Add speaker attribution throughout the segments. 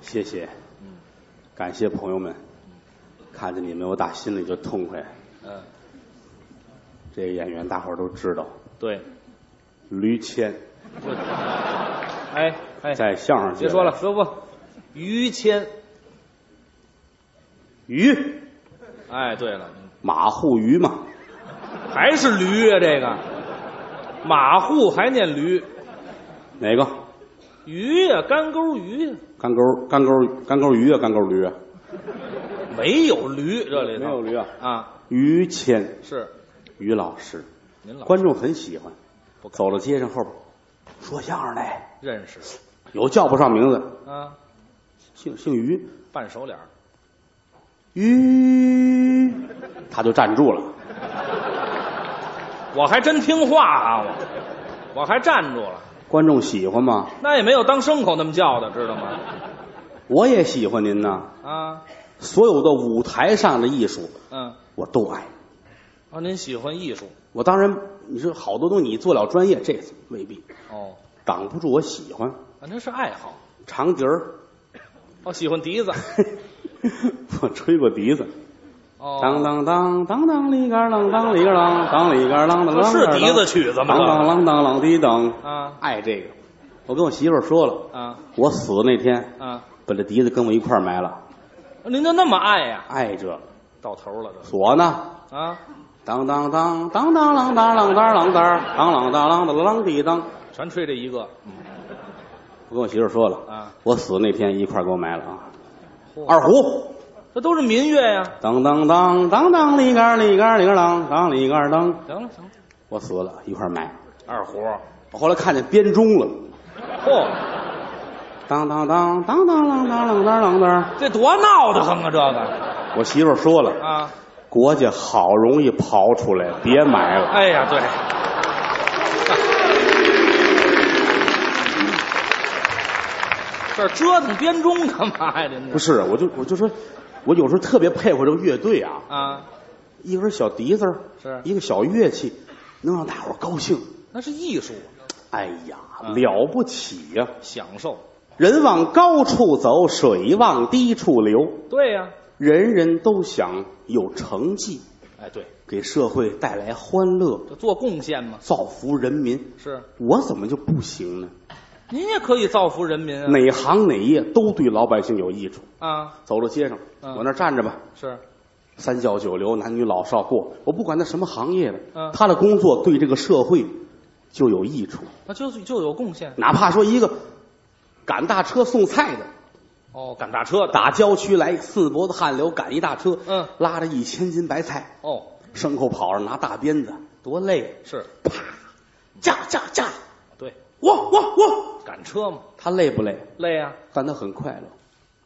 Speaker 1: 谢谢，
Speaker 2: 嗯
Speaker 1: 感谢朋友们，看着你们我打心里就痛快。
Speaker 2: 嗯，
Speaker 1: 这个演员大伙儿都知道，
Speaker 2: 对，
Speaker 1: 于谦
Speaker 2: 就哎哎，
Speaker 1: 在相声界
Speaker 2: 别说了，说不，于谦，
Speaker 1: 驴
Speaker 2: 哎，对了，嗯
Speaker 1: 马护驴嘛，
Speaker 2: 还是驴啊，这个马户还念驴，
Speaker 1: 哪个？
Speaker 2: 鱼呀、干沟鱼呀，
Speaker 1: 干沟干沟干沟鱼啊，干沟驴啊，
Speaker 2: 没有驴这里头
Speaker 1: 没有驴啊。
Speaker 2: 啊，
Speaker 1: 于谦，
Speaker 2: 是
Speaker 1: 于老师，
Speaker 2: 您老
Speaker 1: 观众很喜欢
Speaker 2: 不。敢
Speaker 1: 走到街上后边，说相声的
Speaker 2: 认识
Speaker 1: 有叫不上名字，
Speaker 2: 啊，
Speaker 1: 姓姓于，
Speaker 2: 半熟脸儿
Speaker 1: 于，他就站住了。
Speaker 2: 我还真听话啊，我我还站住了，
Speaker 1: 观众喜欢吗？
Speaker 2: 那也没有当牲口那么叫的，知道吗？
Speaker 1: 我也喜欢您呐。
Speaker 2: 啊，
Speaker 1: 所有的舞台上的艺术
Speaker 2: 嗯，
Speaker 1: 我都爱。
Speaker 2: 哦，您喜欢艺术
Speaker 1: 我当然，你说好多东西你做了专业，这未必
Speaker 2: 哦，
Speaker 1: 挡不住我喜欢
Speaker 2: 啊，那是爱好
Speaker 1: 长笛儿，
Speaker 2: 哦，喜欢笛子
Speaker 1: 我吹过笛子，
Speaker 2: 哦，
Speaker 1: 当当当当当里杆儿啷当里杆儿啷当里杆儿啷当啷
Speaker 2: 不
Speaker 1: 当。
Speaker 2: 是笛子曲子吗
Speaker 1: 当当啷当啷滴当，
Speaker 2: 啊
Speaker 1: 爱这个。我跟我媳妇儿说了，
Speaker 2: 啊
Speaker 1: 我死的那天
Speaker 2: 啊，
Speaker 1: 把这笛子跟我一块儿埋了，
Speaker 2: 您就那么爱呀、
Speaker 1: 爱这个。
Speaker 2: 到头了这是
Speaker 1: 锁呢？
Speaker 2: 啊，
Speaker 1: 当当当当当啷当啷当啷当当啷当啷当啷滴当。
Speaker 2: 全吹这一个
Speaker 1: 我跟我媳妇儿说了，
Speaker 2: 啊，
Speaker 1: 我死那天一块儿给我埋了啊。
Speaker 2: 嚯
Speaker 1: 二胡，
Speaker 2: 这都是民乐呀、
Speaker 1: 当当当当当里杆儿里杆儿里杆儿当当里杆儿当，
Speaker 2: 行了行了，
Speaker 1: 我死了一块儿埋。
Speaker 2: 二胡，
Speaker 1: 我后来看见编钟了，
Speaker 2: 嚯，
Speaker 1: 当当当当当啷当啷当啷当。
Speaker 2: 这多闹得慌啊！这个
Speaker 1: 我媳妇儿说了，
Speaker 2: 啊，
Speaker 1: 国家好容易刨出来，别埋了。
Speaker 2: 哎呀，对，这折腾编钟干嘛呀？您
Speaker 1: 不
Speaker 2: 这
Speaker 1: 是，啊我就我就说，我有时候特别佩服这个乐队啊，
Speaker 2: 啊，
Speaker 1: 一根小笛子儿
Speaker 2: 是
Speaker 1: 一个小乐器，能让大伙儿高兴。
Speaker 2: 那是艺术，
Speaker 1: 哎呀，
Speaker 2: 嗯
Speaker 1: 了不起呀、
Speaker 2: 享受。
Speaker 1: 人往高处走，水往低处流，
Speaker 2: 对呀、
Speaker 1: 人人都想有成绩，
Speaker 2: 哎，对，
Speaker 1: 给社会带来欢乐，
Speaker 2: 这做贡献嘛，
Speaker 1: 造福人民。
Speaker 2: 是
Speaker 1: 我怎么就不行呢？
Speaker 2: 您也可以造福人民啊。
Speaker 1: 哪行哪业都对老百姓有益处。
Speaker 2: 啊，
Speaker 1: 走到街上，
Speaker 2: 嗯
Speaker 1: 往那儿站着吧，
Speaker 2: 是
Speaker 1: 三教九流、男女老少过，我不管他什么行业的
Speaker 2: 嗯，
Speaker 1: 他的工作对这个社会就有益处。
Speaker 2: 那就是就有贡献
Speaker 1: 哪怕说一个赶大车送菜的，
Speaker 2: 哦，赶大车的
Speaker 1: 打郊区来，四脖子汗流赶一大车，
Speaker 2: 嗯
Speaker 1: 拉着一千斤白菜，
Speaker 2: 哦，
Speaker 1: 牲口跑上拿大鞭子，多累！
Speaker 2: 是
Speaker 1: 啪，架架架，
Speaker 2: 对，
Speaker 1: 我我我，
Speaker 2: 赶车嘛，
Speaker 1: 他累不累？
Speaker 2: 累啊呀、
Speaker 1: 但他很快乐。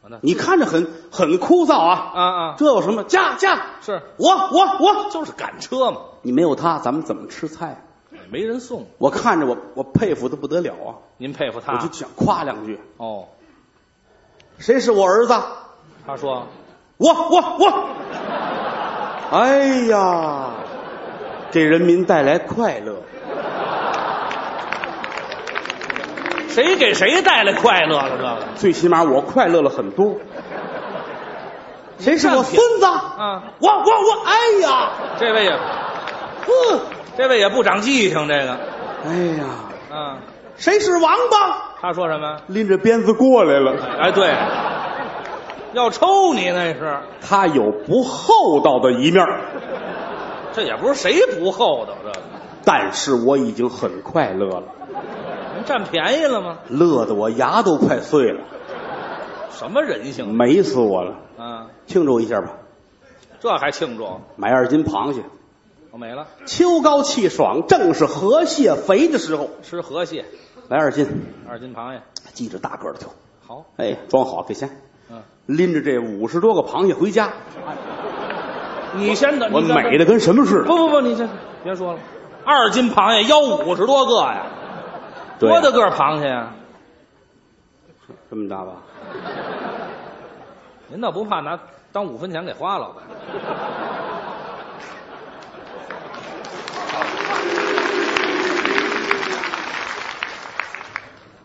Speaker 2: 啊，那
Speaker 1: 你看着很很枯燥啊，
Speaker 2: 啊啊，
Speaker 1: 这有什么？架架，
Speaker 2: 是
Speaker 1: 我我我，
Speaker 2: 就是赶车嘛，
Speaker 1: 你没有他，咱们怎么吃菜啊？
Speaker 2: 没人送，
Speaker 1: 我看着我我佩服的不得了啊！
Speaker 2: 您佩服
Speaker 1: 我
Speaker 2: 他
Speaker 1: 就想夸两句。
Speaker 2: 哦。
Speaker 1: 谁是我儿子？
Speaker 2: 他说
Speaker 1: 我我我，哎呀，给人民带来快乐。
Speaker 2: 谁给谁带来快乐了？这个
Speaker 1: 最起码我快乐了很多。谁是我孙子？
Speaker 2: 啊，
Speaker 1: 我我我，哎呀，
Speaker 2: 这位也
Speaker 1: 哼，
Speaker 2: 这位也不长记性，这个
Speaker 1: 哎呀，
Speaker 2: 啊，
Speaker 1: 谁是王八？
Speaker 2: 他说什么？
Speaker 1: 拎着鞭子过来了，
Speaker 2: 哎，对，要抽你那是，
Speaker 1: 他有不厚道的一面儿，
Speaker 2: 这也不是谁不厚道，这个
Speaker 1: 但是我已经很快乐了，
Speaker 2: 您占便宜了吗？
Speaker 1: 乐得我牙都快碎了，
Speaker 2: 什么人性
Speaker 1: 美死我了！
Speaker 2: 啊？
Speaker 1: 庆祝一下吧，
Speaker 2: 这还庆祝？
Speaker 1: 买二斤螃蟹，
Speaker 2: 我没了，
Speaker 1: 秋高气爽，正是河蟹肥的时候，
Speaker 2: 吃河蟹，
Speaker 1: 来二斤，
Speaker 2: 二斤螃蟹，
Speaker 1: 系着大个儿的挑，
Speaker 2: 好，
Speaker 1: 哎，装好给钱。
Speaker 2: 嗯，
Speaker 1: 拎着这五十多个螃蟹回家，
Speaker 2: 你先等，
Speaker 1: 我
Speaker 2: 你先等
Speaker 1: 美的跟什么似
Speaker 2: 不
Speaker 1: 的。
Speaker 2: 不不，你先别说了，二斤螃蟹腰五十多个呀，
Speaker 1: 对啊
Speaker 2: 多大个螃蟹啊呀？
Speaker 1: 这么大吧？
Speaker 2: 您倒不怕拿当五分钱给花了吧？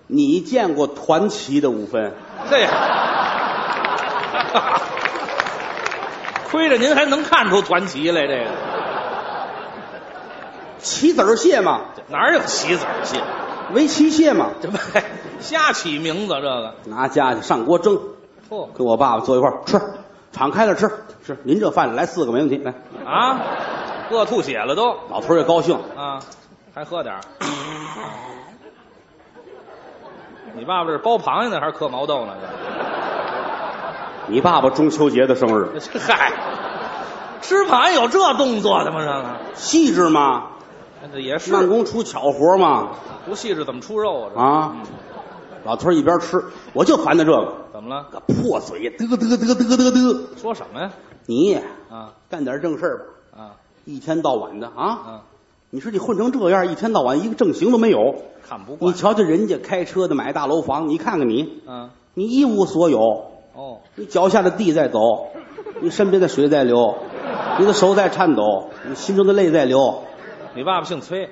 Speaker 1: 你见过团旗的五分？
Speaker 2: 这 亏着您还能看出团旗来，这个
Speaker 1: 棋子儿蟹嘛，
Speaker 2: 哪有棋子儿蟹？
Speaker 1: 围棋蟹嘛，
Speaker 2: 这不瞎起名字，这个
Speaker 1: 拿家去上锅蒸，
Speaker 2: 嚯、
Speaker 1: 跟我爸爸坐一块儿吃，敞开了吃，吃。您这饭来四个没问题，来，
Speaker 2: 啊，饿吐血了都
Speaker 1: 老头儿也高兴，
Speaker 2: 啊，还喝点儿。你爸爸这是剥螃蟹呢，还是嗑毛豆呢？
Speaker 1: 你爸爸中秋节的生日，
Speaker 2: 这这 嗨，吃螃蟹有这动作的吗？这个
Speaker 1: 细致嘛，
Speaker 2: 那这也是
Speaker 1: 慢工出巧活嘛。
Speaker 2: 不细致怎么出肉啊？
Speaker 1: 啊，老头儿一边吃，我就烦他这个
Speaker 2: 这怎么了？
Speaker 1: 个破嘴，嘚嘚嘚嘚嘚嘚。
Speaker 2: 说什么呀？
Speaker 1: 你也
Speaker 2: 啊
Speaker 1: 干点正事儿吧，
Speaker 2: 啊
Speaker 1: 一天到晚的啊！
Speaker 2: 啊！
Speaker 1: 你说你混成这样，一天到晚一个正形都没有。
Speaker 2: 看不
Speaker 1: 你
Speaker 2: 惯。
Speaker 1: 瞧瞧人家开车的，买大楼房，你看看你，
Speaker 2: 嗯、
Speaker 1: 你一无所有，
Speaker 2: 哦，
Speaker 1: 你脚下的地在走，你身边的水在流，你的手在颤抖，你心中的泪在流。
Speaker 2: 你爸爸姓崔，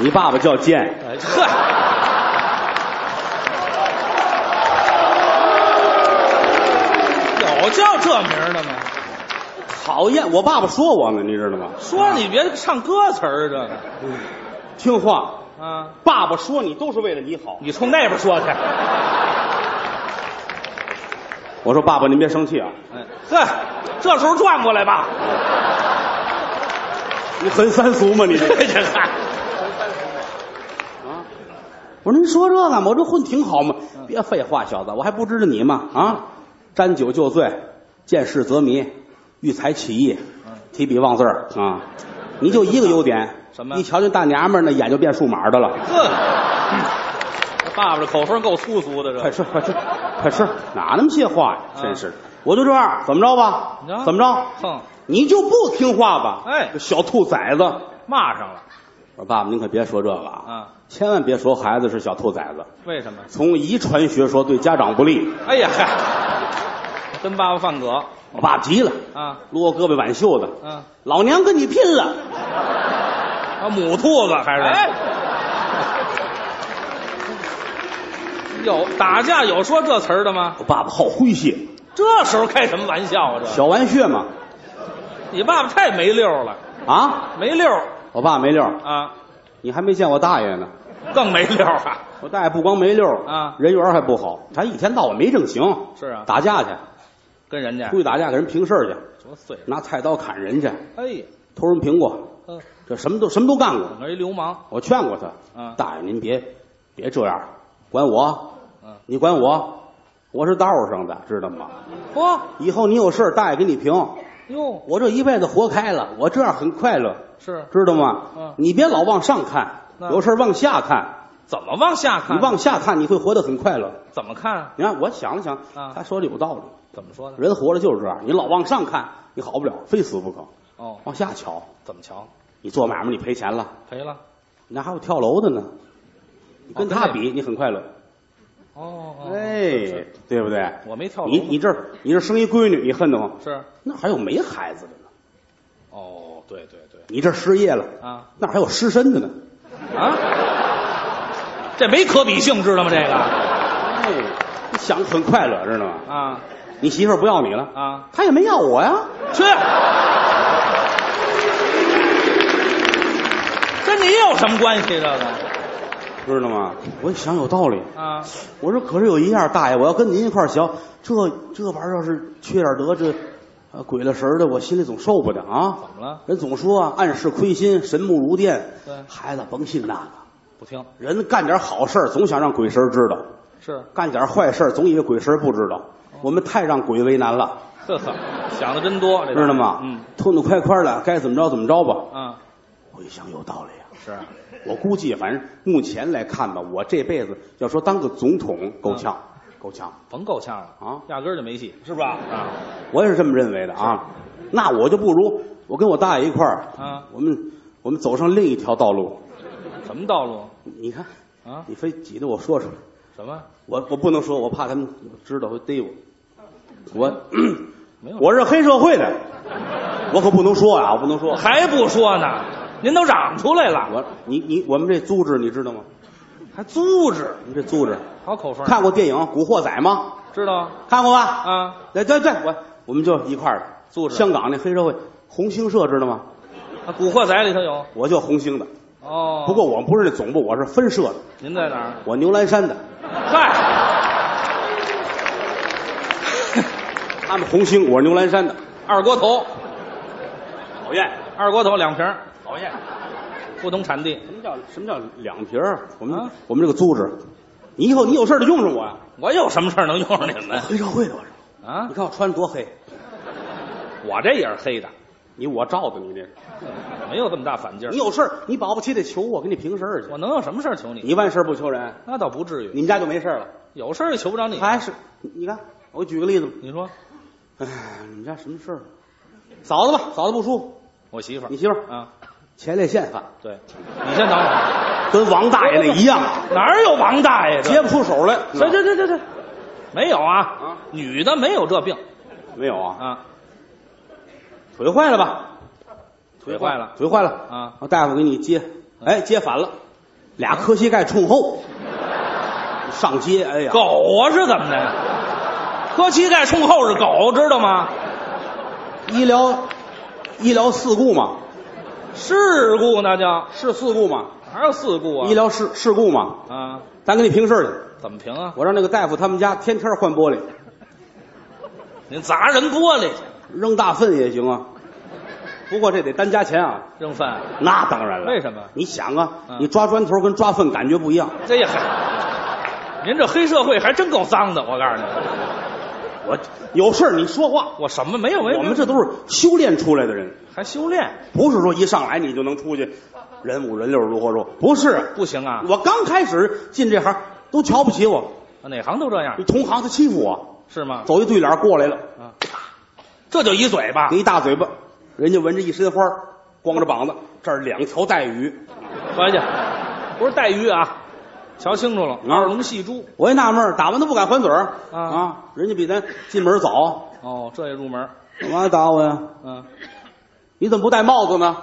Speaker 1: 你爸爸叫贱，
Speaker 2: 哎呵，有叫这名儿的吗？
Speaker 1: 讨厌！我爸爸说我呢，你知道吗？
Speaker 2: 说你别唱歌词儿，这个
Speaker 1: 听话，
Speaker 2: 啊，
Speaker 1: 爸爸说你都是为了你好。
Speaker 2: 你冲那边说去。
Speaker 1: 我说爸爸，您别生气啊，
Speaker 2: 哎，呵，这时候转过来吧。
Speaker 1: 你很三俗吗？你 这
Speaker 2: 这这嗨，
Speaker 1: 啊！我说您说这个干嘛？我这混挺好嘛。别废话，小子，我还不知道你吗？啊，沾酒就醉，见事则迷，遇财起意，
Speaker 2: 嗯
Speaker 1: 提笔忘字儿啊！你就一个优点，
Speaker 2: 什么
Speaker 1: 一瞧这大娘们儿那眼就变数码的了。
Speaker 2: 呵，这爸爸这口风够粗俗的，
Speaker 1: 快
Speaker 2: 这
Speaker 1: 吃，快吃，快吃！哪那么些话呀？
Speaker 2: 啊
Speaker 1: 真是的，我就这样，怎么着吧
Speaker 2: 你瞧？
Speaker 1: 怎么着？
Speaker 2: 哼，
Speaker 1: 你就不听话吧？
Speaker 2: 哎
Speaker 1: 这小兔崽子！
Speaker 2: 骂上了
Speaker 1: 我说爸爸，您可别说这个啊，
Speaker 2: 啊？
Speaker 1: 千万别说孩子是小兔崽子。
Speaker 2: 为什么？
Speaker 1: 从遗传学说对家长不利。
Speaker 2: 哎呀，嗨，跟爸爸犯葛
Speaker 1: 我爸急了，
Speaker 2: 啊，
Speaker 1: 撸我胳膊挽袖子，
Speaker 2: 嗯
Speaker 1: 老娘跟你拼了！
Speaker 2: 啊，母兔子还是？哎， 有打架有说这词儿的吗？
Speaker 1: 我爸爸好诙谐，
Speaker 2: 这时候开什么玩笑啊？这
Speaker 1: 小玩穴嘛。
Speaker 2: 你爸爸太没溜儿了，
Speaker 1: 啊，
Speaker 2: 没溜儿
Speaker 1: 我爸没溜儿，
Speaker 2: 啊，
Speaker 1: 你还没见我大爷呢。
Speaker 2: 更没溜儿啊！
Speaker 1: 我大爷不光没溜儿
Speaker 2: 啊
Speaker 1: 人缘还不好，他一天到晚没正形。
Speaker 2: 是啊哎
Speaker 1: 打架去，
Speaker 2: 跟人家
Speaker 1: 出去打架给人平事儿去，
Speaker 2: 多碎了！
Speaker 1: 拿菜刀砍人去，
Speaker 2: 哎呀，
Speaker 1: 偷人苹果，
Speaker 2: 嗯，
Speaker 1: 这什么都什么都干过。
Speaker 2: 整个一流氓，
Speaker 1: 我劝过他，
Speaker 2: 嗯
Speaker 1: 大爷您别别这样，管我，
Speaker 2: 嗯，
Speaker 1: 你管我，我是道上的，知道吗？
Speaker 2: 嚯
Speaker 1: 以后你有事儿，大爷给你评。
Speaker 2: 哟，
Speaker 1: 我这一辈子活开了，我这样很快乐，
Speaker 2: 是
Speaker 1: 知道吗？
Speaker 2: 嗯
Speaker 1: 你别老往上看，
Speaker 2: 那
Speaker 1: 有事儿往下看，
Speaker 2: 怎么往下看？啊
Speaker 1: 你往下看，你会活得很快乐。
Speaker 2: 怎么看？
Speaker 1: 你看，我想了想，
Speaker 2: 啊
Speaker 1: 他说的有道理。
Speaker 2: 怎么说呢？
Speaker 1: 人活着就是这样，你老往上看，你好不了，非死不可。
Speaker 2: 哦，
Speaker 1: 往下瞧，
Speaker 2: 怎么瞧？
Speaker 1: 你做买卖你赔钱了，
Speaker 2: 赔了？
Speaker 1: 你那还有跳楼的呢。你跟他
Speaker 2: 哦
Speaker 1: 比，你很快乐，
Speaker 2: 哦，哦
Speaker 1: 哎，对不对？
Speaker 2: 我没跳楼
Speaker 1: 你你这儿你这生一闺女，你恨得慌。
Speaker 2: 是？
Speaker 1: 那还有没孩子的呢？
Speaker 2: 哦，对对对，
Speaker 1: 你这失业了，
Speaker 2: 啊
Speaker 1: 那还有失身的呢。
Speaker 2: 啊，这没可比性，知道吗？这个
Speaker 1: 哎，你想得很快乐，知道吗？
Speaker 2: 啊
Speaker 1: 你媳妇儿不要你了，
Speaker 2: 啊，
Speaker 1: 她也没要我呀。
Speaker 2: 去，跟你有什么关系？这个
Speaker 1: 知道吗？我一想有道理，
Speaker 2: 啊，
Speaker 1: 我说可是有一样，大爷，我要跟您一块儿学，这这玩意儿要是缺点德，这呃鬼了神儿的，我心里总受不了
Speaker 2: 怎
Speaker 1: 啊。
Speaker 2: 么了？
Speaker 1: 人总说啊，暗室亏心，神目如电
Speaker 2: 对。
Speaker 1: 孩子甭信那个，
Speaker 2: 不听
Speaker 1: 人干点好事儿总想让鬼神儿知道，
Speaker 2: 是，
Speaker 1: 干点坏事儿总以为鬼神儿不知
Speaker 2: 哦
Speaker 1: 道。我们太让鬼为难了，
Speaker 2: 呵呵，想的真多，这个
Speaker 1: 知道吗？
Speaker 2: 嗯，
Speaker 1: 痛痛快快的，该怎么着怎么着吧。
Speaker 2: 啊，
Speaker 1: 我一想有道理啊。
Speaker 2: 是
Speaker 1: 我估计，反正目前来看吧，我这辈子要说当个总统够呛，
Speaker 2: 嗯
Speaker 1: 够呛，
Speaker 2: 甭够呛了
Speaker 1: 啊
Speaker 2: 压根儿就没戏，是吧？啊
Speaker 1: 我也是这么认为的啊。那我就不如我跟我大爷一块儿，
Speaker 2: 啊，
Speaker 1: 我们我们走上另一条道路。
Speaker 2: 什么道路
Speaker 1: 你看，
Speaker 2: 啊？
Speaker 1: 你非挤得我说出来，
Speaker 2: 什么？
Speaker 1: 我我不能说，我怕他们知道会逮我。我
Speaker 2: 没有，
Speaker 1: 我是黑社会的，我可不能说啊，我不能说。
Speaker 2: 还不说呢，您都嚷出来了，
Speaker 1: 我你你我们这租制你知道吗？
Speaker 2: 还租制，
Speaker 1: 我们这租制，
Speaker 2: 好口风。
Speaker 1: 看过电影《古惑仔》吗？
Speaker 2: 知道
Speaker 1: 看过吧？
Speaker 2: 啊
Speaker 1: 对对对，我我们就一块儿的
Speaker 2: 组织
Speaker 1: 香港那黑社会红星社知道吗？
Speaker 2: 啊，《古惑仔》里头有
Speaker 1: 我就红星的，
Speaker 2: 哦。
Speaker 1: 不过我不是那总部，我是分社的，
Speaker 2: 您在哪儿？
Speaker 1: 我牛栏山的。
Speaker 2: 嗨，
Speaker 1: 他们红星，我是牛栏山的。
Speaker 2: 二锅头，
Speaker 1: 讨厌，
Speaker 2: 二锅头两瓶儿，
Speaker 1: 讨厌。
Speaker 2: 不同产地。
Speaker 1: 什么叫什么叫两瓶儿？我们、
Speaker 2: 啊
Speaker 1: 我们这个组织，你以后你有事儿就用上我呀、
Speaker 2: 我有什么事儿能用上你 们
Speaker 1: 黑社会的我是。
Speaker 2: 啊
Speaker 1: 你？看我穿得多黑，
Speaker 2: 我这也是黑的，
Speaker 1: 你我罩的你这是。
Speaker 2: 没有这么大反劲儿
Speaker 1: 你。有事儿，你保不齐得求我，给你平事儿去。
Speaker 2: 我能有什么事儿求你？
Speaker 1: 你万事儿不求人，
Speaker 2: 那倒不至于，
Speaker 1: 你们家就没事儿了。
Speaker 2: 有事儿也求不着你。
Speaker 1: 还是你你看，我举个例子吧。
Speaker 2: 你说
Speaker 1: 哎，你们家什么事儿？啊嫂子吧，嫂子不舒服，
Speaker 2: 我媳妇
Speaker 1: 你
Speaker 2: 儿
Speaker 1: 媳妇儿
Speaker 2: 啊？
Speaker 1: 前列腺犯，
Speaker 2: 对，你先等会儿，
Speaker 1: 跟王大爷那一 样，
Speaker 2: 哪儿有王大爷
Speaker 1: 接
Speaker 2: 这？
Speaker 1: 不出手来。
Speaker 2: 这这这这这，没有啊
Speaker 1: 啊，
Speaker 2: 女的没有这病
Speaker 1: 没有啊？
Speaker 2: 啊
Speaker 1: 腿坏了吧？
Speaker 2: 腿坏了
Speaker 1: 腿坏了
Speaker 2: 啊！
Speaker 1: 我大夫给你接，哎，接反了，俩磕膝盖冲后，上街，哎呀，
Speaker 2: 狗啊是怎么的呀？磕膝盖冲后是狗，知道吗？
Speaker 1: 医疗医疗事故嘛，
Speaker 2: 事故那叫
Speaker 1: 是事故嘛，
Speaker 2: 哪有事故啊
Speaker 1: 医？疗事事故嘛，
Speaker 2: 啊，
Speaker 1: 咱给你平事儿去。
Speaker 2: 怎么评啊？
Speaker 1: 我让那个大夫他们家天天换玻璃，
Speaker 2: 您砸人玻璃去，
Speaker 1: 扔大粪也行啊，不过这得单加钱啊。
Speaker 2: 扔粪，
Speaker 1: 那当然了，
Speaker 2: 为什么
Speaker 1: 你想啊，
Speaker 2: 嗯
Speaker 1: 你抓砖头跟抓粪感觉不一样。
Speaker 2: 这也很。您这黑社会还真够脏的，我告诉你，
Speaker 1: 我有事儿你说话，
Speaker 2: 我什么没有没有，
Speaker 1: 我们这都是修炼出来的人，
Speaker 2: 还修炼
Speaker 1: 不是说一上来你就能出去，人五人六如何如何，不是。
Speaker 2: 不行啊，
Speaker 1: 我刚开始进这行，都瞧不起我，
Speaker 2: 哪行都这样
Speaker 1: 同行他欺负我，
Speaker 2: 是吗？
Speaker 1: 走一对脸过来了，
Speaker 2: 啊，这就一嘴巴
Speaker 1: 给，一大嘴巴，人家闻着一身花儿，光着膀子，这儿两条带鱼，
Speaker 2: 回去，不是带鱼啊，瞧清楚了，二龙戏珠
Speaker 1: 我也纳闷儿，打完都不敢还嘴儿
Speaker 2: 啊
Speaker 1: 人家比咱进门早，
Speaker 2: 哦，这也入门，
Speaker 1: 干嘛打我呀？
Speaker 2: 嗯、
Speaker 1: 你怎么不戴帽子呢？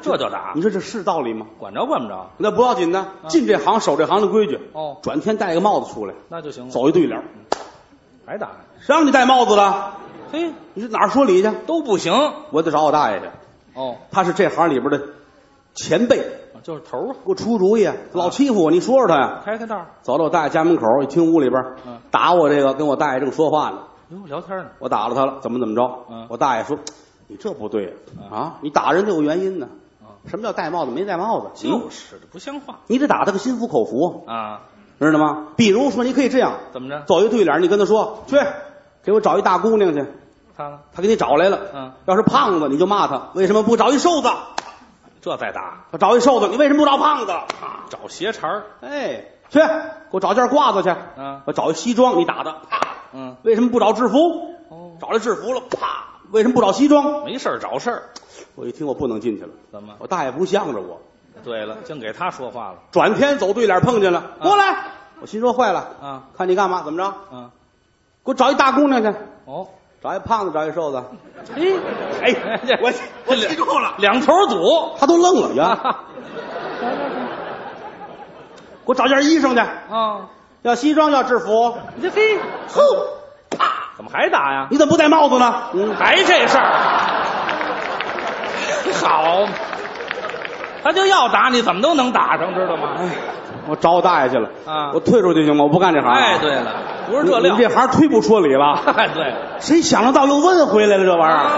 Speaker 2: 这就打
Speaker 1: 你，说这是道理吗？
Speaker 2: 管着管不着，
Speaker 1: 那不要紧的，进这行守这行的规矩。
Speaker 2: 哦
Speaker 1: 转天戴个帽子出来，
Speaker 2: 那就行了，
Speaker 1: 走一对联儿，
Speaker 2: 还打，
Speaker 1: 谁让你戴帽子了？
Speaker 2: 嘿，
Speaker 1: 你是哪儿说理去？
Speaker 2: 都不行
Speaker 1: 我得找我大爷去，
Speaker 2: 哦，
Speaker 1: 他是这行里边的前辈，给
Speaker 2: 就是头啊，
Speaker 1: 我出主意啊，老欺负我，你说说他呀。
Speaker 2: 开开道，
Speaker 1: 走到我大爷家门口，一听屋里边
Speaker 2: 嗯
Speaker 1: 打我这个，跟我大爷正说话呢，
Speaker 2: 哟，聊天呢，
Speaker 1: 我打了他了，怎么怎么着
Speaker 2: 嗯？
Speaker 1: 我大爷说：“你这不对啊
Speaker 2: 嗯
Speaker 1: 啊，你打人得有原因呢。
Speaker 2: 啊，
Speaker 1: 什么叫戴帽子没戴帽子？
Speaker 2: 就
Speaker 1: 嗯
Speaker 2: 是这不像话
Speaker 1: 你得打他个心服口服，
Speaker 2: 啊，
Speaker 1: 知道吗？比如说，你可以这样，
Speaker 2: 怎么着？
Speaker 1: 走一对脸，你跟他说去，给我找一大姑娘去，
Speaker 2: 看了，
Speaker 1: 他给你找来了。
Speaker 2: 嗯，
Speaker 1: 要是胖子，你就骂他，为什么不找一瘦子？
Speaker 2: 这再打，
Speaker 1: 找一瘦子，你为什么不找胖子？
Speaker 2: 啊找鞋茬儿，
Speaker 1: 哎，去，给我找件褂子去。
Speaker 2: 嗯
Speaker 1: 我找一西装，你打他，啪。
Speaker 2: 嗯，
Speaker 1: 为什么不找制服？
Speaker 2: 哦，
Speaker 1: 找来制服了，啪。为什么不找西装？
Speaker 2: 没事儿找事儿，
Speaker 1: 我一听，我不能进去了，
Speaker 2: 怎么？
Speaker 1: 我大爷不向着我。
Speaker 2: 对了，净给他说话了
Speaker 1: 转天走对脸碰见了，过来，我心说坏了，
Speaker 2: 啊
Speaker 1: 看你干嘛？怎么着？给
Speaker 2: 啊，
Speaker 1: 我找一大姑娘去，
Speaker 2: 哦，
Speaker 1: 找一胖子，找一瘦子。
Speaker 2: 嘿，
Speaker 1: 哎， 我我记住了。
Speaker 2: 两头堵，
Speaker 1: 他都愣了呀！
Speaker 2: 啊
Speaker 1: 给我找件衣裳去，
Speaker 2: 啊，
Speaker 1: 要西装，要制服。
Speaker 2: 你这嘿，
Speaker 1: 哼，
Speaker 2: 怎么还打呀？
Speaker 1: 你怎么不戴帽子呢？嗯，
Speaker 2: 还这事儿， 好，他就要打你，怎么都能打上，知道吗？哎
Speaker 1: 我找我大爷去了。
Speaker 2: 啊
Speaker 1: 我退出去行吗？我不干这行。
Speaker 2: 哎，，对了，不是这
Speaker 1: 你
Speaker 2: 料
Speaker 1: 啊你，这行忒不说理 了。
Speaker 2: 哎，对了
Speaker 1: 谁想得到又问回来了这玩意儿？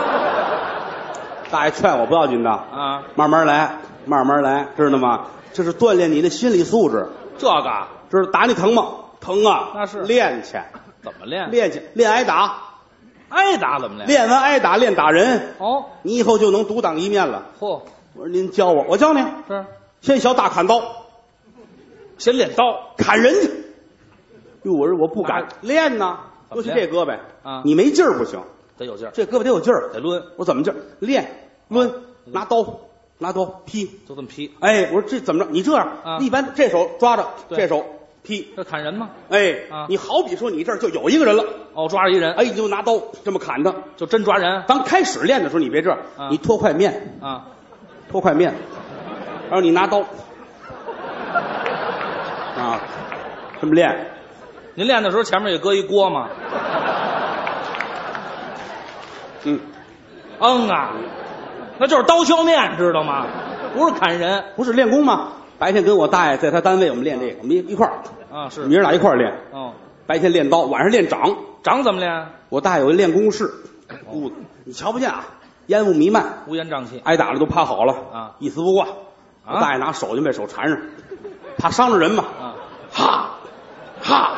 Speaker 1: 大爷劝我不要紧的，
Speaker 2: 啊，
Speaker 1: 慢慢来，慢慢来，知道吗？这是锻炼你的心理素质。
Speaker 2: 这个啊
Speaker 1: 知道打你疼吗？疼啊！
Speaker 2: 那是
Speaker 1: 练去，
Speaker 2: 怎么练？
Speaker 1: 练去，练挨打，
Speaker 2: 挨打怎么练？
Speaker 1: 练完挨打练打人，
Speaker 2: 哦，
Speaker 1: 你以后就能独当一面了。
Speaker 2: 嚯，
Speaker 1: 我说您教我，我教你。
Speaker 2: 这
Speaker 1: 先小大砍刀，
Speaker 2: 先练刀
Speaker 1: 砍人去。哟，我说我不敢
Speaker 2: 啊
Speaker 1: 哎练呐，
Speaker 2: 怎
Speaker 1: 尤
Speaker 2: 么
Speaker 1: 其
Speaker 2: 练
Speaker 1: 这胳膊
Speaker 2: 啊
Speaker 1: 你没劲儿不行，
Speaker 2: 得有劲儿，
Speaker 1: 这胳膊得有劲儿。
Speaker 2: 得抡，
Speaker 1: 我怎么劲儿？练抡，
Speaker 2: 抡
Speaker 1: 拿刀，拿刀劈。
Speaker 2: 就这么劈。
Speaker 1: 哎，我说这怎么着？你这
Speaker 2: 啊
Speaker 1: 样，一般这手抓着，
Speaker 2: 对
Speaker 1: 这手劈。
Speaker 2: 这砍人吗？
Speaker 1: 哎
Speaker 2: 啊，
Speaker 1: 你好比说你这儿就有一个人了，
Speaker 2: 哦，抓着一人，
Speaker 1: 哎，你就拿刀这么砍他。
Speaker 2: 就真抓人
Speaker 1: 刚开始练的时候，你别这样
Speaker 2: 啊，
Speaker 1: 你脱块面，
Speaker 2: 啊！
Speaker 1: 脱块面，然后你拿刀，啊，这么练，
Speaker 2: 您练的时候前面也搁一锅吗？
Speaker 1: 嗯，
Speaker 2: 嗯啊，那就是刀削面，知道吗？不是砍人
Speaker 1: 不是练功吗？白天跟我大爷在他单位，我们练这个，我们一一块儿，
Speaker 2: 啊，是
Speaker 1: 明儿俩一块儿练。
Speaker 2: 哦，
Speaker 1: 白天练刀，晚上练掌。
Speaker 2: 掌怎么练？
Speaker 1: 我大爷有一练功室，
Speaker 2: 哦
Speaker 1: 屋子你瞧不见啊，烟雾弥漫，
Speaker 2: 乌烟瘴气
Speaker 1: 挨打了都趴好了
Speaker 2: 啊
Speaker 1: 一丝不挂。
Speaker 2: 啊
Speaker 1: 我大爷拿手就被手缠上，怕伤着人嘛，
Speaker 2: 啊，
Speaker 1: 哈哈，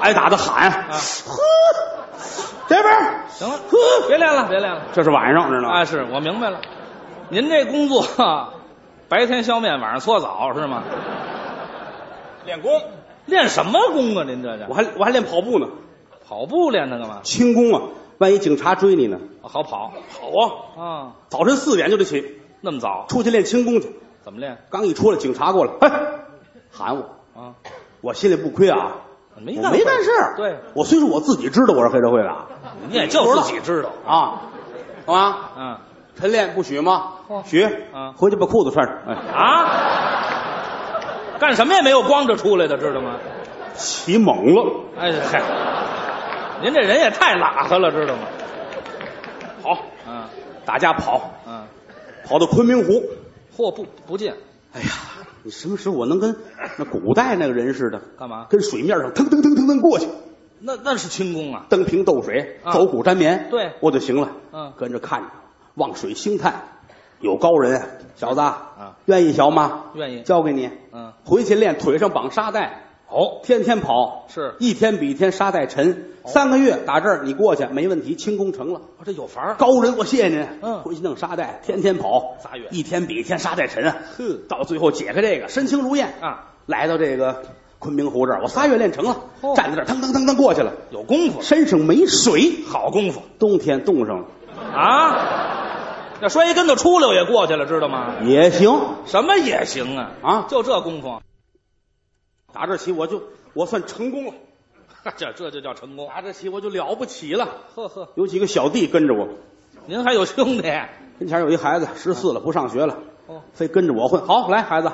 Speaker 1: 挨打的喊，呵，这边儿
Speaker 2: 啊行了
Speaker 1: 呵，
Speaker 2: 别练了，别练了。
Speaker 1: 这是晚上知道吗
Speaker 2: 啊，？是我明白了，您这工作哈白天削面，晚上搓澡是吗？
Speaker 3: 练功，
Speaker 2: 练什么功啊？您这
Speaker 1: 我
Speaker 2: 这
Speaker 1: 还我还练跑步呢，
Speaker 2: 跑步练它干嘛？
Speaker 1: 轻功啊，万一警察追你呢？
Speaker 2: 啊好跑
Speaker 1: 好啊，
Speaker 2: 啊，
Speaker 1: 早晨四点就得起，
Speaker 2: 那么早
Speaker 1: 出去练轻功去。
Speaker 2: 怎么练
Speaker 1: 刚一出来，警察过来，哎，喊我，
Speaker 2: 啊？
Speaker 1: 我心里不亏啊，
Speaker 2: 没
Speaker 1: 我
Speaker 2: 干
Speaker 1: 没干事儿。
Speaker 2: 对，
Speaker 1: 我虽说我自己知道我是黑社会的啊
Speaker 2: 你也就自己知道
Speaker 1: 啊，好吗？
Speaker 2: 啊
Speaker 1: 晨练不许吗
Speaker 2: 嚯？
Speaker 1: 许
Speaker 2: 啊
Speaker 1: 回去把裤子穿上。哎，
Speaker 2: 啊，干什么也没有光着出来的，知道吗？
Speaker 1: 起猛了。
Speaker 2: 哎嗨，您这人也太邋遢了，知道吗？
Speaker 1: 好，
Speaker 2: 啊
Speaker 1: 大家跑，
Speaker 2: 啊，
Speaker 1: 跑到昆明湖。
Speaker 2: 货不不进，
Speaker 1: 哎呀，你什么时候我能跟那古代那个人似的，
Speaker 2: 干嘛？
Speaker 1: 跟水面上腾腾腾腾腾过去，
Speaker 2: 那那是轻功啊，
Speaker 1: 登平斗水，
Speaker 2: 啊
Speaker 1: 走骨沾棉，
Speaker 2: 对
Speaker 1: 我就行了。
Speaker 2: 嗯
Speaker 1: 跟着看着，望水兴叹，有高人啊，小子
Speaker 2: 啊，
Speaker 1: 愿意学吗？
Speaker 2: 愿意
Speaker 1: 交给你，
Speaker 2: 嗯，
Speaker 1: 回去练腿上绑沙袋，
Speaker 2: 哦，
Speaker 1: 天天跑，
Speaker 2: 是
Speaker 1: 一天比一天沙袋沉。
Speaker 2: 哦
Speaker 1: 三个月打这儿你过去没问题，轻功成了。
Speaker 2: 我这有法儿，
Speaker 1: 高人，我谢谢您。
Speaker 2: 啊嗯
Speaker 1: 回去弄沙袋，天天跑，
Speaker 2: 仨月
Speaker 1: 一天比一天沙袋沉啊。
Speaker 2: 哼
Speaker 1: 到最后解开这个，身轻如燕
Speaker 2: 啊！
Speaker 1: 来到这个昆明湖这儿，我仨月练成了，
Speaker 2: 哦
Speaker 1: 站在这儿腾腾腾腾过去了，
Speaker 2: 有功夫，
Speaker 1: 身上没水，
Speaker 2: 好功夫
Speaker 1: 冬天冻上了
Speaker 2: 啊！那摔一跟头出溜也过去了，知道吗？
Speaker 1: 也行。
Speaker 2: 什么也行啊
Speaker 1: 啊
Speaker 2: 就这功夫，
Speaker 1: 打这起我就我算成功了，
Speaker 2: 这这就叫成功。
Speaker 1: 打这起我就了不起了。
Speaker 2: 呵呵，
Speaker 1: 有几个小弟跟着我，
Speaker 2: 您还有兄弟
Speaker 1: 跟前有一孩子十四了，不上学了，
Speaker 2: 哦，
Speaker 1: 非跟着我混。好，来孩子，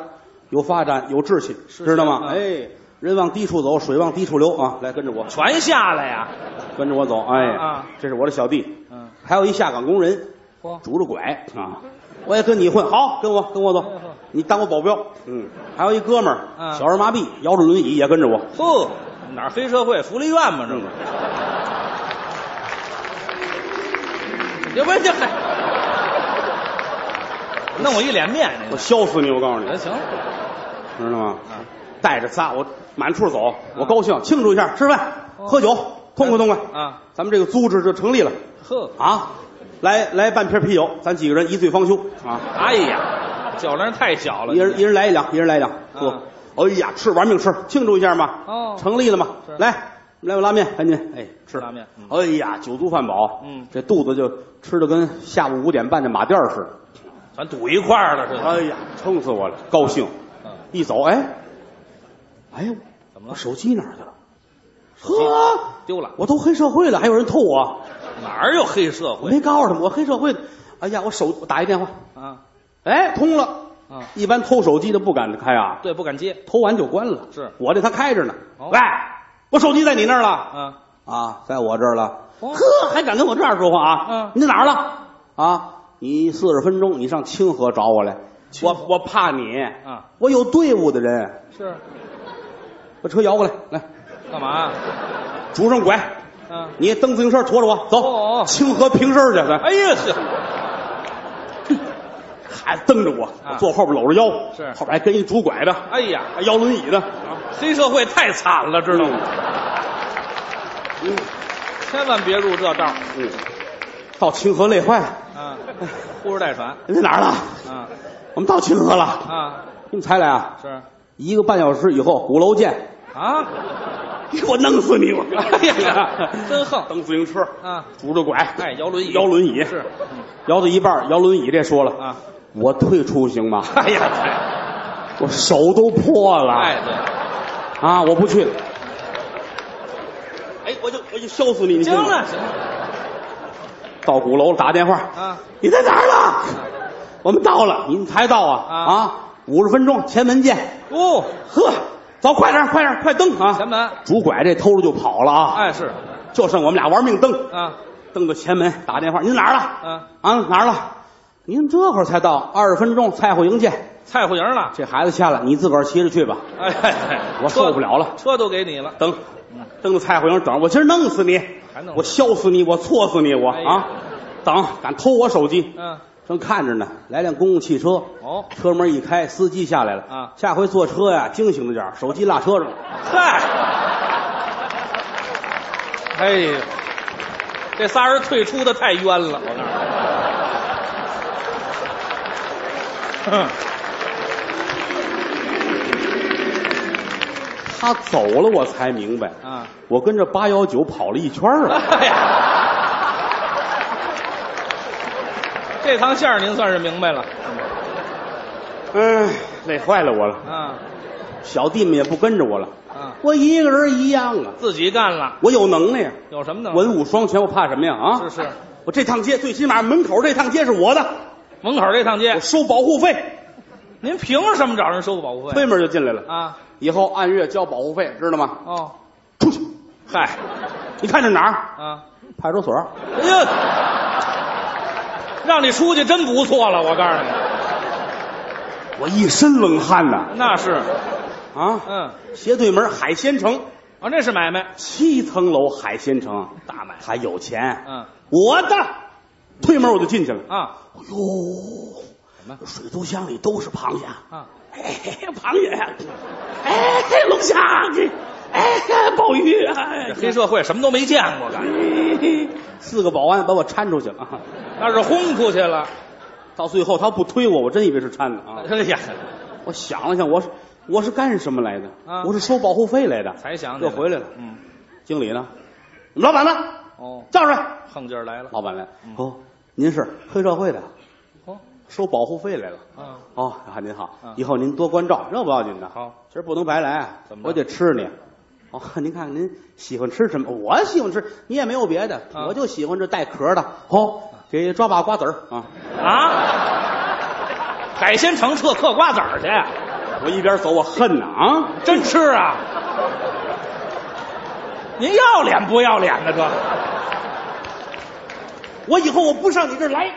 Speaker 1: 有发展，有志气，
Speaker 2: 是
Speaker 1: 知道吗？
Speaker 2: 啊
Speaker 1: 哎，人往低处走，水往低处流啊！来跟着我，
Speaker 2: 全下来呀、
Speaker 1: 跟着我走，哎，
Speaker 2: 啊
Speaker 1: 这是我的小弟，
Speaker 2: 嗯，
Speaker 1: 还有一下岗工人，
Speaker 2: 嚯，
Speaker 1: 拄着拐啊，我也跟你混，好，跟我跟我走
Speaker 2: 哎呦，
Speaker 1: 你当我保镖，嗯，还有一哥们儿，
Speaker 2: 嗯
Speaker 1: 小儿麻痹，摇着轮椅也跟着我，
Speaker 2: 呵，哪儿黑社会福利院嘛，这不？这不这还弄我一脸面，
Speaker 1: 我
Speaker 2: 您
Speaker 1: 削死你，我告诉你
Speaker 2: 哎，行
Speaker 1: 知道吗
Speaker 2: 嗯？
Speaker 1: 带着仨我满处走，我高兴庆祝一下，吃饭
Speaker 2: 哦
Speaker 1: 喝酒，痛快痛快，
Speaker 2: 啊，
Speaker 1: 咱们这个组织就成立了
Speaker 2: 呵，
Speaker 1: 啊！来来半瓶啤酒，咱几个人一醉方休啊！
Speaker 2: 哎呀，酒量太小了，
Speaker 1: 一人一人来一两，一人来一两，
Speaker 2: 啊
Speaker 1: 喝。哎呀，吃玩命吃，庆祝一下嘛。
Speaker 2: 哦
Speaker 1: 成立了嘛
Speaker 2: 是。
Speaker 1: 来，来碗拉面，赶紧，哎，吃
Speaker 2: 吃拉面嗯
Speaker 1: 哎呀，酒足饭饱，
Speaker 2: 嗯
Speaker 1: 这肚子就吃的跟下午五点半的马甸儿似的。
Speaker 2: 咱赌一块儿了，这
Speaker 1: 哎呀，撑死我了，高兴。
Speaker 2: 嗯
Speaker 1: 一走，哎，哎呦，
Speaker 2: 怎么
Speaker 1: 我
Speaker 2: 了？
Speaker 1: 手机哪儿去了？呵，
Speaker 2: 丢了？
Speaker 1: 我都黑社会了，还有人偷我，
Speaker 2: 哪儿有黑社
Speaker 1: 我
Speaker 2: 会
Speaker 1: 没告诉他们我黑社会的。哎呀，我手我打一电话，
Speaker 2: 啊？
Speaker 1: 哎，通了。
Speaker 2: 啊
Speaker 1: 一般偷手机的不敢开啊，
Speaker 2: 对，不敢接
Speaker 1: 偷完就关了。
Speaker 2: 是
Speaker 1: 我这他开着呢。
Speaker 2: 哦
Speaker 1: 喂，我手机在你那儿了
Speaker 2: 啊？
Speaker 1: 啊，在我这儿了。
Speaker 2: 哦
Speaker 1: 呵，还敢跟我这样说话啊？
Speaker 2: 嗯
Speaker 1: 你在哪儿了？啊，你四十分钟，你上清河找我来。我我怕你
Speaker 2: 啊，
Speaker 1: 我有队伍的人，
Speaker 2: 是
Speaker 1: 把车摇过来，来，
Speaker 2: 干嘛？
Speaker 1: 拄上拐，
Speaker 2: 啊？
Speaker 1: 你蹬自行车驮着我
Speaker 2: 哦
Speaker 1: 走，
Speaker 2: 哦
Speaker 1: 清河平身去，来，
Speaker 2: 哎呀呵，
Speaker 1: 还蹬着我，
Speaker 2: 啊
Speaker 1: 我坐后边搂着腰，
Speaker 2: 是
Speaker 1: 后边还跟一拄拐的，
Speaker 2: 哎呀，啊
Speaker 1: 还摇轮椅的，
Speaker 2: 黑社会太惨了，知道吗？
Speaker 1: 嗯
Speaker 2: 千万别入这道儿
Speaker 1: 嗯，到清河累坏了。
Speaker 2: 啊！呼哧带喘
Speaker 1: 你在哪儿了？
Speaker 2: 啊
Speaker 1: 我们到清河了。
Speaker 2: 啊！
Speaker 1: 你们才来啊？
Speaker 2: 是
Speaker 1: 一个半小时以后，鼓楼见。
Speaker 2: 啊！
Speaker 1: 你给我弄死你！ 我
Speaker 2: 哎呀，真横
Speaker 1: 蹬自行车，
Speaker 2: 啊！
Speaker 1: 拄着拐，
Speaker 2: 哎，摇轮椅，
Speaker 1: 摇轮椅
Speaker 2: 是嗯
Speaker 1: 摇到一半，摇轮椅这说了
Speaker 2: 啊！
Speaker 1: 我退出行吗？
Speaker 2: 哎呀，
Speaker 1: 我手都破了、
Speaker 2: 哎对，
Speaker 1: 啊！我不去了。哎，我就我就削死你！你信
Speaker 2: 行
Speaker 1: 吗
Speaker 2: 了行了
Speaker 1: 到鼓楼了，打电话。
Speaker 2: 啊！
Speaker 1: 哎你在哪儿了？我们到了，您才到啊
Speaker 2: 啊
Speaker 1: 啊！五十分钟前门见。
Speaker 2: 哦，
Speaker 1: 呵，走，快点儿，快点儿，快蹬啊！
Speaker 2: 前门
Speaker 1: 拄拐这偷着就跑了啊！
Speaker 2: 哎是
Speaker 1: 就剩我们俩玩命蹬，
Speaker 2: 啊，
Speaker 1: 蹬到前门打电话，您哪儿了？
Speaker 2: 嗯
Speaker 1: 啊，哪儿了？您这会儿才到，二十分钟菜户营见。
Speaker 2: 蔡户营了。
Speaker 1: 这孩子下来，你自个儿骑着去吧。
Speaker 2: 哎哎，
Speaker 1: 我
Speaker 2: 车
Speaker 1: 受不了了，
Speaker 2: 车都给你了。
Speaker 1: 蹬，蹬到菜户营等着，我今儿弄死你
Speaker 2: 嗯还弄，
Speaker 1: 我削死你，我挫死你，我
Speaker 2: 哎
Speaker 1: 啊
Speaker 2: 呀！
Speaker 1: 等，敢偷我手机，
Speaker 2: 嗯，
Speaker 1: 正看着呢，来辆公共汽车，
Speaker 2: 哦
Speaker 1: 车门一开，司机下来了
Speaker 2: 啊
Speaker 1: 下回坐车呀，惊醒着点儿，手机落车上了。
Speaker 2: 嗨，哎呦，这仨人退出的太冤了，我告诉你。
Speaker 1: 他走了，我才明白，
Speaker 2: 啊，
Speaker 1: 我跟着八幺九跑了一圈儿啊。
Speaker 2: 哎呀， 这趟线儿您算是明白了
Speaker 1: 嗯，累坏了我了。
Speaker 2: 啊
Speaker 1: 小弟们也不跟着我了，
Speaker 2: 啊，
Speaker 1: 我一个人一样啊。
Speaker 2: 自己干了，
Speaker 1: 我有能耐呀，啊
Speaker 2: 有什么能？
Speaker 1: 文武双全，我怕什么呀？啊，
Speaker 2: 是是，
Speaker 1: 我这趟街最起码门口这趟街是我的，
Speaker 2: 门口这趟街
Speaker 1: 我，收保护费，
Speaker 2: 您凭什么找人收保护费
Speaker 1: 推门就进来了。
Speaker 2: 啊？
Speaker 1: 以后按月交保护费，知道吗？
Speaker 2: 哦，
Speaker 1: 出去。嗨， 你看这哪儿？
Speaker 2: 啊，
Speaker 1: 派出所。
Speaker 2: 哎呀，让你出去真不错了，我告诉你，
Speaker 1: 我一身冷汗呐！
Speaker 2: 那是，
Speaker 1: 啊，
Speaker 2: 嗯，
Speaker 1: 斜对门海鲜城，
Speaker 2: 啊，那是买卖，
Speaker 1: 七层楼海鲜城，
Speaker 2: 大买卖，
Speaker 1: 还有钱。
Speaker 2: 嗯
Speaker 1: 我的，推门我就进去了。
Speaker 2: 啊
Speaker 1: 哎呦
Speaker 2: 么，
Speaker 1: 水族箱里都是螃蟹，
Speaker 2: 啊，
Speaker 1: 哎，螃蟹，哎，龙虾，哎，鲍鱼，哎
Speaker 2: 这，黑社会什么都没见过，感觉
Speaker 1: 四个保安把我搀出去了。
Speaker 2: 那是轰出去了，
Speaker 1: 到最后他不推我，我真以为是搀的啊。
Speaker 2: 哎呀，
Speaker 1: 我想了想，我是我是干什么来的？
Speaker 2: 啊
Speaker 1: 我是收保护费来的。
Speaker 2: 才想起
Speaker 1: 又
Speaker 2: 来，
Speaker 1: 回来了。
Speaker 2: 嗯，
Speaker 1: 经理呢？我们老板呢？
Speaker 2: 哦，
Speaker 1: 叫出来。
Speaker 2: 横劲儿来了，
Speaker 1: 老板来。哦，您是黑社会的，
Speaker 2: 哦，
Speaker 1: 收保护费来了。
Speaker 2: 啊，
Speaker 1: 哦，啊，您好
Speaker 2: 嗯，
Speaker 1: 以后您多关照，这不要紧的。
Speaker 2: 好，
Speaker 1: 今儿不能白来啊
Speaker 2: 怎，么着
Speaker 1: 我得吃你。哦， 您看看您喜欢吃什么？我喜欢吃，你也没有别的，
Speaker 2: 啊
Speaker 1: 我就喜欢这带壳的。哦，给抓把瓜子儿啊！
Speaker 2: 啊，海鲜城撤嗑瓜子儿去，啊
Speaker 1: 我一边走，我恨呐啊！
Speaker 2: 真吃啊！您要脸不要脸的这？
Speaker 1: 我以后我不上你这儿来，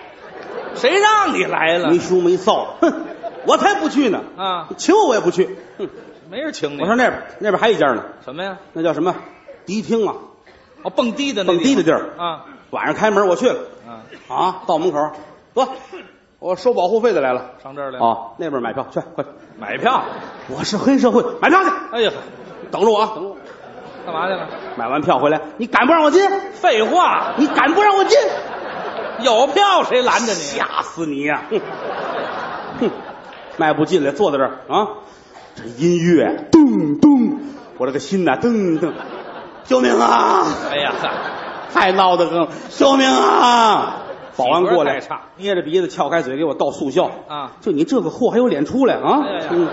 Speaker 2: 谁让你来了
Speaker 1: 没？羞没臊，哼，我才不去呢！
Speaker 2: 啊
Speaker 1: 你请我我也不去。哼，
Speaker 2: 没人请你。
Speaker 1: 我上那边，那边还有一家呢，
Speaker 2: 什么呀？
Speaker 1: 那叫什么迪厅啊？
Speaker 2: 哦，蹦迪的那
Speaker 1: 蹦迪的地儿
Speaker 2: 啊
Speaker 1: 晚上开门，我去了
Speaker 2: 啊，
Speaker 1: 啊，到门口，得，我收保护费的来了。
Speaker 2: 上这儿来了
Speaker 1: 哦，那边买票去，快！
Speaker 2: 买票。
Speaker 1: 我是黑社会，买票去，
Speaker 2: 哎呀，
Speaker 1: 等着我啊，等着我。
Speaker 2: 干嘛去了？
Speaker 1: 买完票回来，你敢不让我进？
Speaker 2: 废话，
Speaker 1: 你敢不让我进？
Speaker 2: 有票谁拦着你？啊
Speaker 1: 吓死你呀、哼，哼，迈不进来，坐在这儿啊，这音乐咚咚，我这个心呐噔噔，救命啊！
Speaker 2: 哎呀，
Speaker 1: 太闹得很了，救命啊！保安过来
Speaker 2: 体格太差，
Speaker 1: 捏着鼻子撬开嘴，给我倒速效
Speaker 2: 啊
Speaker 1: 就你这个货还有脸出来啊
Speaker 2: 哎呀呀？
Speaker 1: 嗯，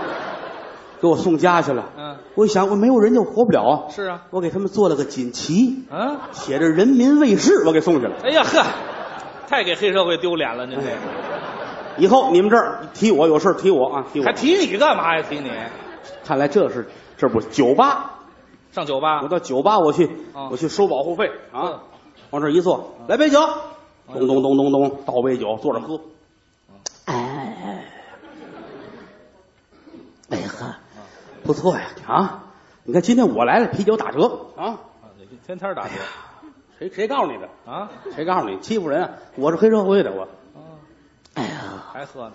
Speaker 1: 给我送家去了。
Speaker 2: 嗯，
Speaker 1: 我一想，我没有人就活不了啊。
Speaker 2: 是啊
Speaker 1: 我给他们做了个锦旗，
Speaker 2: 嗯，
Speaker 1: 写着“人民卫士”，我给送去了。
Speaker 2: 哎呀呵，太给黑社会丢脸了，您这
Speaker 1: 哎
Speaker 2: 个
Speaker 1: 以后你们这儿提我有事儿提我啊，提我
Speaker 2: 还。提你干嘛呀？提你
Speaker 1: 看来这是这不是酒吧，
Speaker 2: 上酒吧
Speaker 1: 我？到酒吧我去
Speaker 2: 啊
Speaker 1: 我去收保护费
Speaker 2: 嗯
Speaker 1: 啊，往这一坐，来杯酒，咚咚咚咚咚，倒杯酒，坐着喝。嗯哎，哎呵，不错呀啊！你看今天我来了，啤酒打折啊！
Speaker 2: 啊天天打折
Speaker 1: 谁谁告诉你的？
Speaker 2: 啊？
Speaker 1: 谁告诉你欺负人啊？我是黑社会的，我
Speaker 2: 啊，
Speaker 1: 哎呀，
Speaker 2: 还喝呢？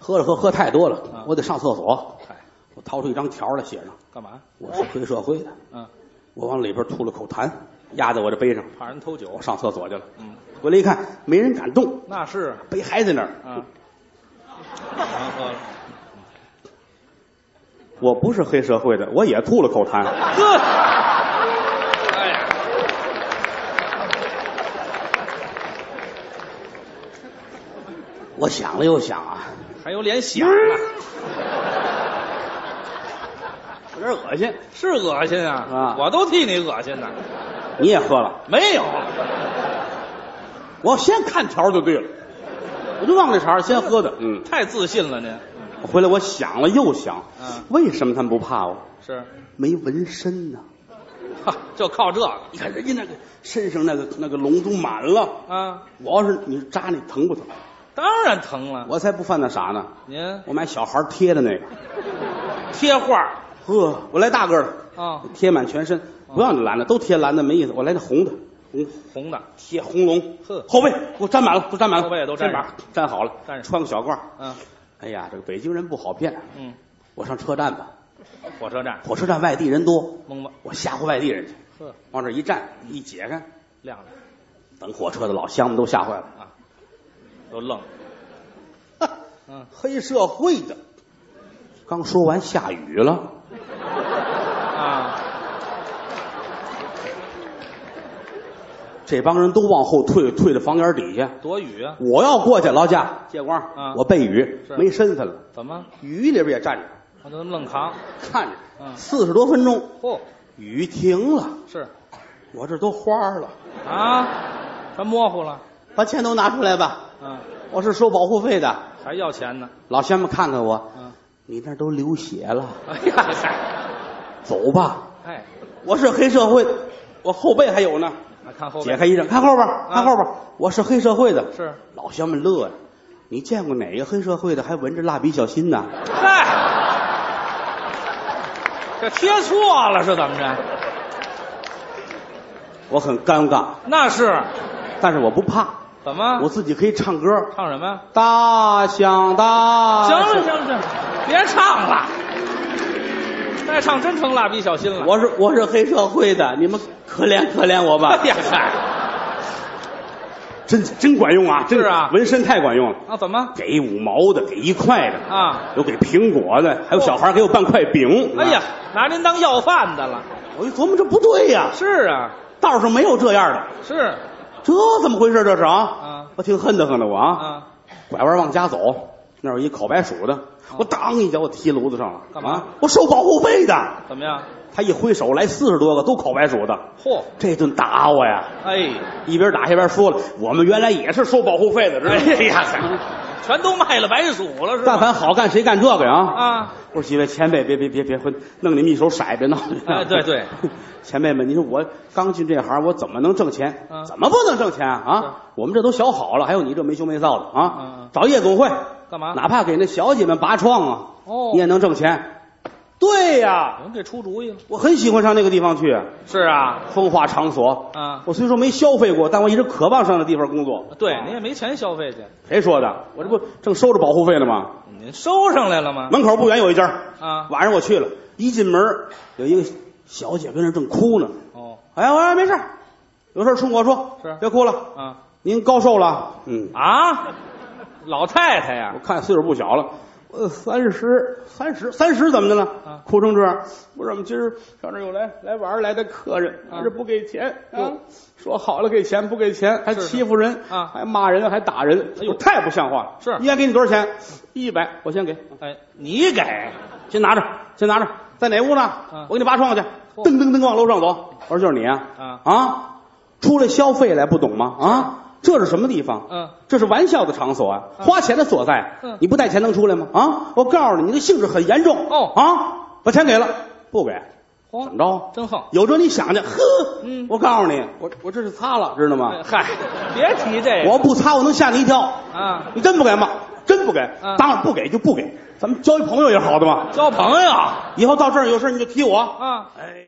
Speaker 1: 喝着喝喝太多了
Speaker 2: 啊，
Speaker 1: 我得上厕所。
Speaker 2: 嗨，
Speaker 1: 我掏出一张条来，写上
Speaker 2: 干嘛？
Speaker 1: 我是黑社会的。
Speaker 2: 嗯，
Speaker 1: 我往里边吐了口痰，压在我这杯上。
Speaker 2: 怕人偷酒
Speaker 1: 我。上厕所去了，
Speaker 2: 嗯，
Speaker 1: 回来一看没人敢动，
Speaker 2: 那是啊
Speaker 1: 杯还在那儿。
Speaker 2: 啊，然后
Speaker 1: 我不是黑社会的，我也吐了口痰。
Speaker 2: 呵，哎呀，
Speaker 1: 我想了又想啊，
Speaker 2: 还有脸想啊？
Speaker 1: 有点恶心。
Speaker 2: 是恶心啊！
Speaker 1: 啊
Speaker 2: 我都替你恶心呢。
Speaker 1: 你也喝了？
Speaker 2: 没有，
Speaker 1: 我先看条就对了，我就忘这茬儿先喝的。嗯，
Speaker 2: 太自信了您。
Speaker 1: 回来我想了又想，
Speaker 2: 嗯
Speaker 1: 为什么他们不怕我？
Speaker 2: 是，
Speaker 1: 没纹身呢、
Speaker 2: 哈，就靠这个
Speaker 1: 你看人家那个身上那个那个龙都满了，
Speaker 2: 啊，
Speaker 1: 我要是你扎你疼不疼？
Speaker 2: 当然疼了。
Speaker 1: 我才不犯那傻呢！
Speaker 2: 您
Speaker 1: 我买小孩贴的那个，
Speaker 2: 贴画儿
Speaker 1: 呵，我来大个儿的，
Speaker 2: 啊，
Speaker 1: 贴满全身，不要那蓝的，都贴蓝的没意思，我来那红的，红
Speaker 2: 红的，
Speaker 1: 贴红龙，
Speaker 2: 呵
Speaker 1: 后背给我粘满了，都粘满了，
Speaker 2: 后背也都粘
Speaker 1: 肩膀
Speaker 2: 上
Speaker 1: 粘好了，
Speaker 2: 粘上
Speaker 1: 穿个小褂儿。
Speaker 2: 嗯
Speaker 1: 哎呀，这个北京人不好骗，
Speaker 2: 嗯，
Speaker 1: 我上车站吧，
Speaker 2: 火车站
Speaker 1: 火车站外地人多，
Speaker 2: 懵吧，
Speaker 1: 我吓唬外地人去，
Speaker 2: 呵，
Speaker 1: 往这一站一解开，
Speaker 2: 亮了
Speaker 1: 等火车的老乡们都吓坏了，
Speaker 2: 啊，都愣了，
Speaker 1: 哈
Speaker 2: 嗯，
Speaker 1: 黑社会的。刚说完下雨了，
Speaker 2: 啊，
Speaker 1: 这帮人都往后退，退到房檐底下。
Speaker 2: 躲雨啊？
Speaker 1: 我要过去，劳驾，借光，
Speaker 2: 啊
Speaker 1: 我背雨
Speaker 2: 是，
Speaker 1: 没身份了，
Speaker 2: 怎么？
Speaker 1: 雨里边也站着，
Speaker 2: 我都愣扛？
Speaker 1: 看着，
Speaker 2: 嗯
Speaker 1: 四十多分钟，
Speaker 2: 嚯、
Speaker 1: 雨停了，
Speaker 2: 是
Speaker 1: 我这都花了，
Speaker 2: 啊，全模糊了，
Speaker 1: 把钱都拿出来吧，
Speaker 2: 嗯，
Speaker 1: 我是收保护费的。
Speaker 2: 还要钱呢，
Speaker 1: 老乡们看看我，
Speaker 2: 嗯，
Speaker 1: 你那都流血了，
Speaker 2: 哎呀， 嗨，
Speaker 1: 走吧，
Speaker 2: 哎，
Speaker 1: 我是黑社会，我后背还有呢。
Speaker 2: 啊看后
Speaker 1: 解
Speaker 2: 面
Speaker 1: 开衣裳，看后边儿，看后边儿，我是黑社会的。
Speaker 2: 是，
Speaker 1: 老乡们乐呀，你见过哪个黑社会的还闻着蜡笔小新呢？
Speaker 2: 嗨，这贴错了是怎么着？
Speaker 1: 我很尴尬，
Speaker 2: 那是
Speaker 1: 但是我不怕，
Speaker 2: 怎么？
Speaker 1: 我自己可以唱歌。
Speaker 2: 唱什么呀？
Speaker 1: 大响大
Speaker 2: 行
Speaker 1: 响，
Speaker 2: 了行了，行了别唱了，再唱真成蜡笔小新了。
Speaker 1: 我是我是黑社会的，你们可怜可怜我吧
Speaker 2: 哎。呀嗨，
Speaker 1: 真真管用啊，真
Speaker 2: 是啊
Speaker 1: 纹身太管用了。
Speaker 2: 啊怎么
Speaker 1: 给五毛的，给一块的，
Speaker 2: 啊？
Speaker 1: 有给苹果的，还有小孩给我半块饼。
Speaker 2: 哎呀，，拿您当要饭的了。
Speaker 1: 我一琢磨这不对呀、
Speaker 2: 是啊，
Speaker 1: 道上没有这样的，
Speaker 2: 是
Speaker 1: 这怎么回事？这是啊
Speaker 2: 啊，
Speaker 1: 我挺恨得很的我啊。
Speaker 2: 啊，
Speaker 1: 拐弯往家走，那儿有一烤白薯的，我当一脚我踢炉子上了。
Speaker 2: 哦干嘛
Speaker 1: 啊我收保护费的。
Speaker 2: 怎么样？
Speaker 1: 他一挥手，来四十多个，都烤白薯的。
Speaker 2: 嚯，
Speaker 1: 这顿打我呀，
Speaker 2: 哎，
Speaker 1: 一边打一边说了，我们原来也是收保护费的，知道吗？哎呀，
Speaker 2: 全都卖了白薯了是
Speaker 1: 但
Speaker 2: 吧？
Speaker 1: 凡好干谁干这个呀？啊！
Speaker 2: 啊，
Speaker 1: 我说几位前辈，别别别别混，弄你们一手色，别闹。
Speaker 2: 哎对对，
Speaker 1: 前辈们，你说我刚进这行，我怎么能挣钱？
Speaker 2: 嗯
Speaker 1: 怎么不能挣钱啊？啊我们这都想好了，还有你这没羞没臊的啊！
Speaker 2: 嗯嗯
Speaker 1: 找夜总会，
Speaker 2: 干嘛？
Speaker 1: 哪怕给那小姐们拔创啊，
Speaker 2: 哦
Speaker 1: 你也能挣钱。对呀、
Speaker 2: 您这出主意了。
Speaker 1: 我很喜欢上那个地方去，
Speaker 2: 是啊，
Speaker 1: 风化场所。
Speaker 2: 啊，
Speaker 1: 我虽说没消费过，但我一直渴望上那地方工作。啊
Speaker 2: 对，您也没钱消费去，
Speaker 1: 谁说的？我这不正收着保护费呢吗？
Speaker 2: 您收上来了吗？
Speaker 1: 门口不远有一家，
Speaker 2: 啊，
Speaker 1: 晚上我去了，一进门有一个小姐跟那儿正哭呢。
Speaker 2: 哦，
Speaker 1: 哎呀，哎，没事儿，有事儿冲我说，
Speaker 2: 是
Speaker 1: 别哭了。
Speaker 2: 啊
Speaker 1: 您高寿了？嗯，
Speaker 2: 啊，老太太呀
Speaker 1: 我，看岁数不小了，呃，三十，三十，三十怎么的了？
Speaker 2: 啊
Speaker 1: 哭成这样，不是我们今儿上这儿有来来玩儿来的客人，
Speaker 2: 啊
Speaker 1: 但是不给钱啊
Speaker 2: 哟，
Speaker 1: 说好了给钱不给钱，还
Speaker 2: 是是
Speaker 1: 欺负人
Speaker 2: 啊
Speaker 1: 还骂人还打人，哎呦，太不像话了！
Speaker 2: 是
Speaker 1: 应该给你多少钱？一百，我先给，
Speaker 2: 哎，你给
Speaker 1: 先拿着，先拿着，在哪屋呢？
Speaker 2: 嗯
Speaker 1: 我给你拔窗去，
Speaker 2: 嚯
Speaker 1: 噔噔噔往楼上走。我说就是你啊
Speaker 2: 啊
Speaker 1: 啊，出来消费来不懂吗？啊，这是什么地方？
Speaker 2: 嗯，
Speaker 1: 这是玩笑的场所啊，
Speaker 2: 嗯
Speaker 1: 花钱的所在。
Speaker 2: 嗯
Speaker 1: 你不带钱能出来吗？啊，我告诉你，你这性质很严重。
Speaker 2: 哦
Speaker 1: 啊，把钱给了，不给
Speaker 2: 嚯
Speaker 1: 怎么着？
Speaker 2: 真横。
Speaker 1: 有这你想去，呵，
Speaker 2: 嗯
Speaker 1: 我告诉你，我我这是擦了，知道吗
Speaker 2: 哎？嗨，别提这个
Speaker 1: 啊我不擦，我能吓你一跳。
Speaker 2: 啊，
Speaker 1: 你真不给吗？真不给，
Speaker 2: 嗯
Speaker 1: 当然不给就不给，咱们交一朋友也是好的嘛。哎
Speaker 2: 交朋友
Speaker 1: 以后到这儿有事你就提我。
Speaker 2: 啊。
Speaker 1: 哎。